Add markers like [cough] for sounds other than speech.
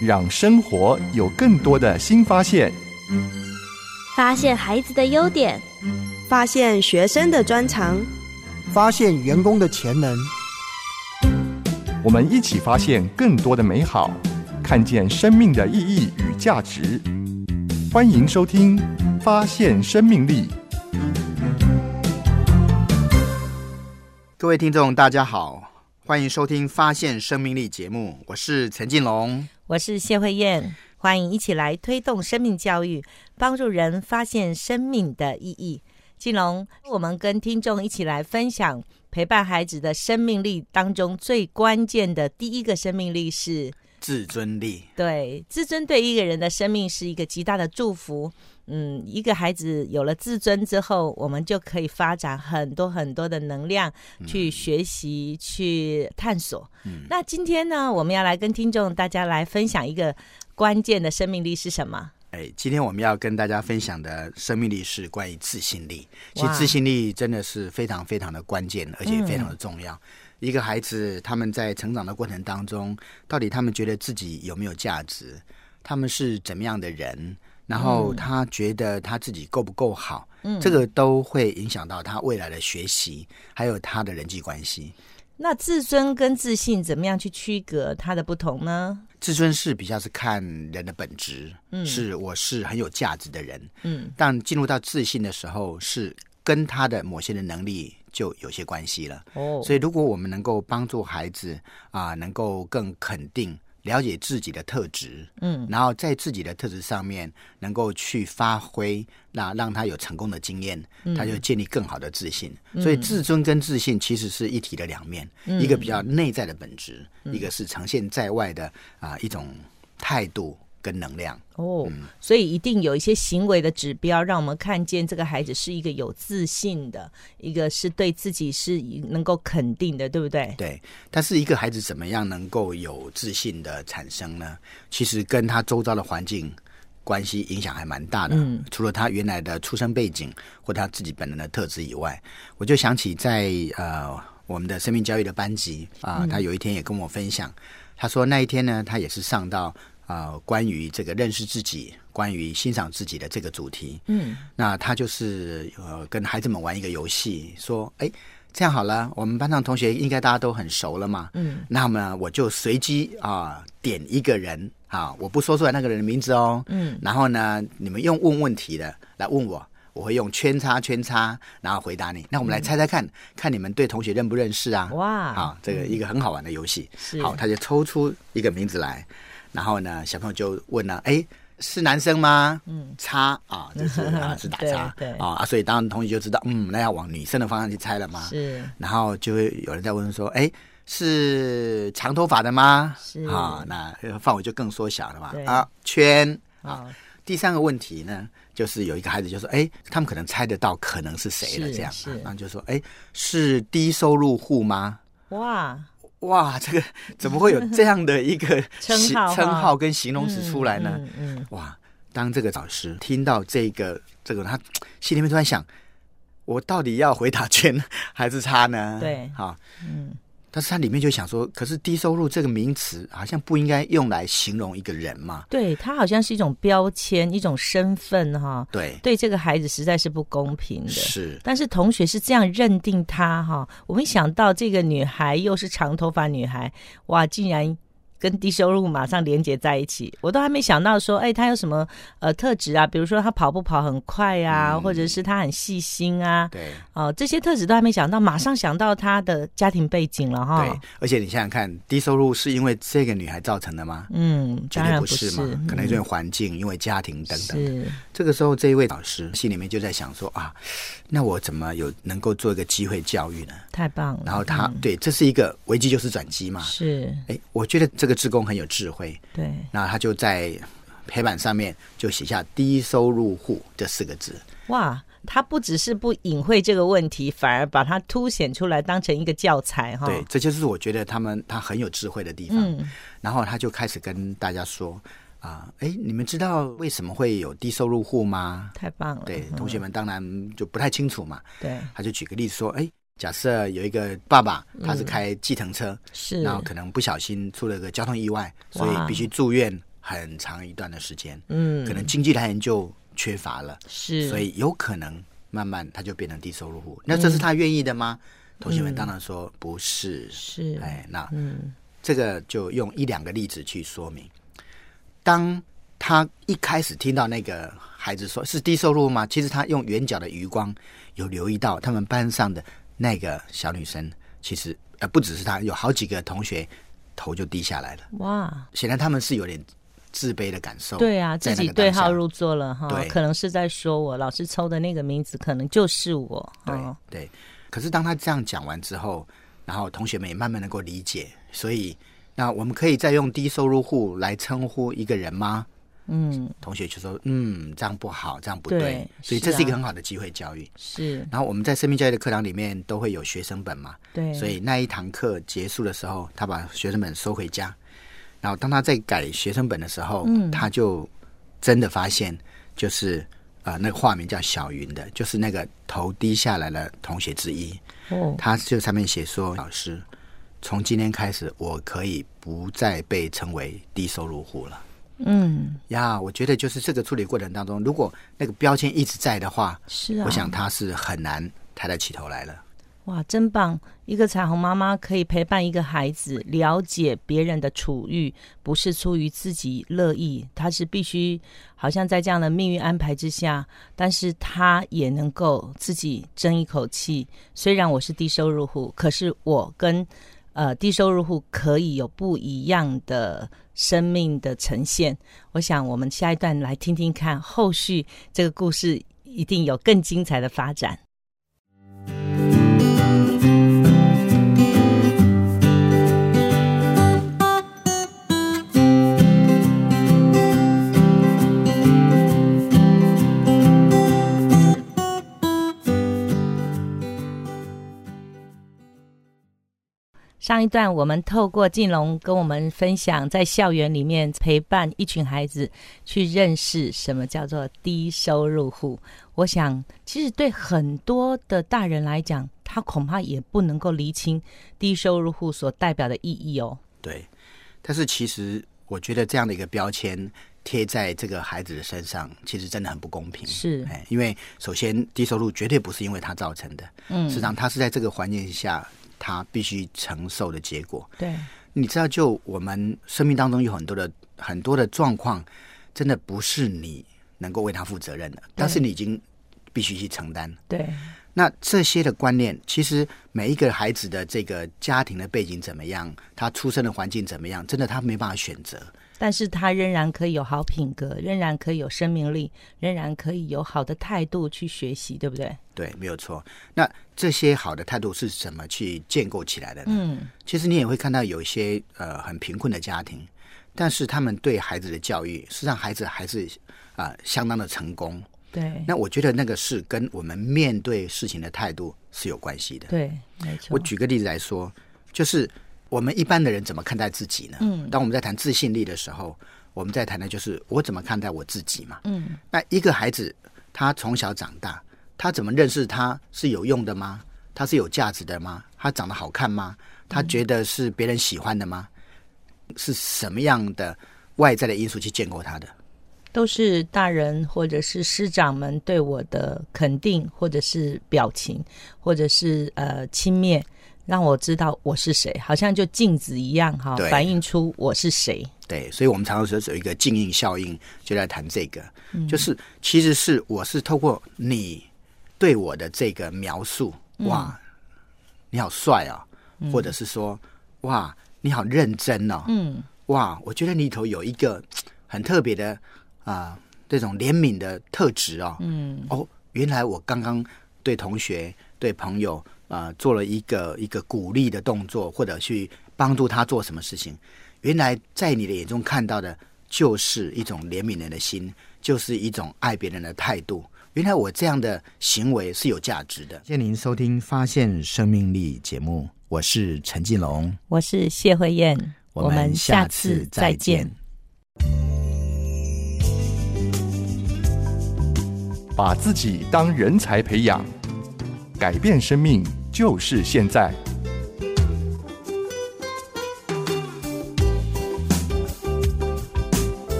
让生活有更多的新发现。发现孩子的优点，发现学生的专长，发现员工的潜能。我们一起发现更多的美好，看见生命的意义与价值。欢迎收听《发现生命力》。各位听众，大家好，欢迎收听《发现生命力》节目，我是陈进龙。我是谢慧燕，欢迎一起来推动生命教育，帮助人发现生命的意义。金龙，我们跟听众一起来分享陪伴孩子的生命力当中最关键的第一个生命力是自尊力，对自尊，对一个人的生命是一个极大的祝福。嗯，一个孩子有了自尊之后，我们就可以发展很多很多的能量，去学习、去探索。那今天呢，我们要来跟听众大家来分享一个关键的生命力是什么？哎，今天我们要跟大家分享的生命力是关于自信力。其实哇自信力真的是非常非常的关键，而且非常的重要。一个孩子他们在成长的过程当中，到底他们觉得自己有没有价值？他们是怎么样的人？然后他觉得他自己够不够好？这个都会影响到他未来的学习，还有他的人际关系。那自尊跟自信怎么样去区隔它的不同呢？自尊是比较是看人的本质，是我是很有价值的人，嗯，但进入到自信的时候，是跟他的某些的能力就有些关系了。哦所以，如果我们能够帮助孩子啊、能够更肯定了解自己的特质，嗯，然后在自己的特质上面能够去发挥，那让他有成功的经验，嗯他就建立更好的自信。所以，自尊跟自信其实是一体的两面，嗯一个比较内在的本质，一个是呈现在外的啊、一种态度跟能量。哦，嗯所以一定有一些行为的指标，让我们看见这个孩子是一个有自信的，一个是对自己是能够肯定的，对不对？对，但是一个孩子怎么样能够有自信的产生呢？其实跟他周遭的环境关系影响还蛮大的。嗯除了他原来的出生背景或他自己本人的特质以外，我就想起在呃我们的生命教育的班级啊、嗯他有一天也跟我分享，他说那一天呢，他也是上到呃关于这个认识自己、关于欣赏自己的这个主题。嗯，那他就是呃跟孩子们玩一个游戏，说哎。这样好了，我们班上同学应该大家都很熟了嘛。嗯，那么我就随机啊、点一个人啊，我不说出来那个人的名字哦。嗯，然后呢，你们用问问题的来问我，我会用圈叉圈叉，然后回答你。那我们来猜猜看，看你们对同学认不认识啊？哇嗯好，这个一个很好玩的游戏。是好，他就抽出一个名字来，然后呢，小朋友就问了，哎。是男生吗？嗯，叉 [laughs] 啊，就是啊，是打叉，对对啊，所以当然同学就知道，嗯，那要往女生的方向去猜了嘛。是然后就会有人在问说：“哎，是长头发的吗？”是啊，那范围就更缩小了嘛对。啊，圈啊。哦第三个问题呢，就是有一个孩子就说：“哎，他们可能猜得到可能是谁了。”是这样是，然后就说：“哎，是低收入户吗？”哇，哇，这个怎么会有这样的一个 [laughs] 称形号哈称号跟形容词出来呢？嗯嗯嗯哇，当这个老师听到这个这个，他心里面突然想，我到底要回答圈还是叉呢？对好、嗯但是他里面就想说，可是低收入这个名词好像不应该用来形容一个人嘛？对他好像是一种标签，一种身份哈，对，对这个孩子实在是不公平的。是，但是同学是这样认定她哈，我没想到这个女孩又是长头发女孩，哇，竟然跟低收入马上连接在一起，我都还没想到说，哎，她有什么呃特质啊？比如说她跑步跑很快啊，嗯或者是她很细心啊，对。哦、这些特质都还没想到，马上想到她的家庭背景了哈。对，而且你想想看，低收入是因为这个女孩造成的吗？嗯，绝当对然不是嘛，可能因为嗯环境、因为家庭等等。是这个时候，这一位老师心里面就在想说啊，那我怎么有能够做一个机会教育呢？太棒了。然后他、嗯对，这是一个危机就是转机嘛。是哎，我觉得这个志工很有智慧，对那他就在黑板上面就写下“低收入户”这四个字。哇，他不只是不隐晦这个问题，反而把它凸显出来，当成一个教材哈。对，这就是我觉得他们他很有智慧的地方。哦嗯然后他就开始跟大家说啊，哎，你们知道为什么会有低收入户吗，？太棒了。对，嗯同学们当然就不太清楚嘛。对他就举个例子说，哎，假设有一个爸爸他是开计程车，嗯是然后可能不小心出了个交通意外，哇所以必须住院很长一段的时间，嗯，可能经济来源就缺乏了，是，嗯所以有可能慢慢他就变成低收入户。那这是他愿意的吗？同学们当然说不是，是，哎，那嗯这个就用一两个例子去说明。当他一开始听到那个孩子说是低收入吗？其实他用眼角的余光有留意到，他们班上的那个小女生，其实呃不只是她，有好几个同学头就低下来了。哇，显然他们是有点自卑的感受。对啊，自己对号入座了哈对，可能是在说我老师抽的那个名字，可能就是我，对哦，对。可是当他这样讲完之后，然后同学们也慢慢能够理解，所以那我们可以再用低收入户来称呼一个人吗？嗯，同学就说：“嗯，这样不好，这样不对。对所以是啊这是一个很好的机会教育。是然后我们在生命教育的课堂里面都会有学生本嘛，对，所以那一堂课结束的时候，他把学生本收回家，然后当他在改学生本的时候，嗯他就真的发现，就是呃，那个化名叫小云的，就是那个头低下来的同学之一，哦，他就上面写说，老师，从今天开始，我可以不再被称为低收入户了。嗯，呀，我觉得就是这个处理过程当中，如果那个标签一直在的话，是啊，我想他是很难抬得起头来了。哇，真棒！一个彩虹妈妈可以陪伴一个孩子，了解别人的处遇，不是出于自己乐意，她是必须好像在这样的命运安排之下，但是她也能够自己争一口气。虽然我是低收入户，可是我跟呃低收入户可以有不一样的生命的呈现。我想我们下一段来听听看，后续这个故事一定有更精彩的发展。上一段我们透过静龙跟我们分享，在校园里面陪伴一群孩子去认识什么叫做低收入户。我想，其实对很多的大人来讲，他恐怕也不能够厘清低收入户所代表的意义哦。对，但是其实我觉得这样的一个标签贴在这个孩子的身上，其实真的很不公平。是，哎，因为首先低收入绝对不是因为他造成的，嗯事实际上他是在这个环境下他必须承受的结果。对，你知道，就我们生命当中有很多的很多的状况，真的不是你能够为他负责任的，但是你已经必须去承担。对，那这些的观念，其实每一个孩子的这个家庭的背景怎么样，他出生的环境怎么样，真的他没办法选择。但是他仍然可以有好品格，仍然可以有生命力，仍然可以有好的态度去学习，对不对？对，没有错。那这些好的态度是怎么去建构起来的呢？嗯，其实你也会看到有一些呃很贫困的家庭，但是他们对孩子的教育，事实上孩子还是啊、相当的成功。对，那我觉得那个是跟我们面对事情的态度是有关系的。对，没错我，举个例子来说，就是我们一般的人怎么看待自己呢？嗯当我们在谈自信力的时候，我们在谈的就是我怎么看待我自己嘛。嗯，那一个孩子他从小长大，他怎么认识他是有用的吗？他是有价值的吗？他长得好看吗？他觉得是别人喜欢的吗？是什么样的外在的因素去建构他的？都是大人或者是师长们对我的肯定，或者是表情，或者是呃轻蔑，让我知道我是谁，好像就镜子一样哈对，反映出我是谁。对，所以我们常常说有一个镜映效应，就在谈这个，就是其实是我是透过你对我的这个描述，哇，你好帅哦，或者是说哇，你好认真哦，嗯，哇，我觉得你里头有一个嘖很特别的啊、这种怜悯的特质哦，嗯，哦，原来我刚刚对同学、对朋友啊、呃做了一个一个鼓励的动作，或者去帮助他做什么事情，原来在你的眼中看到的就是一种怜悯人的心，就是一种爱别人的态度。原来我这样的行为是有价值的。谢谢您收听《发现生命力》节目，我是陈进龙。我是谢慧燕，我们下次再见。把自己当人才培养，改变生命就是现在。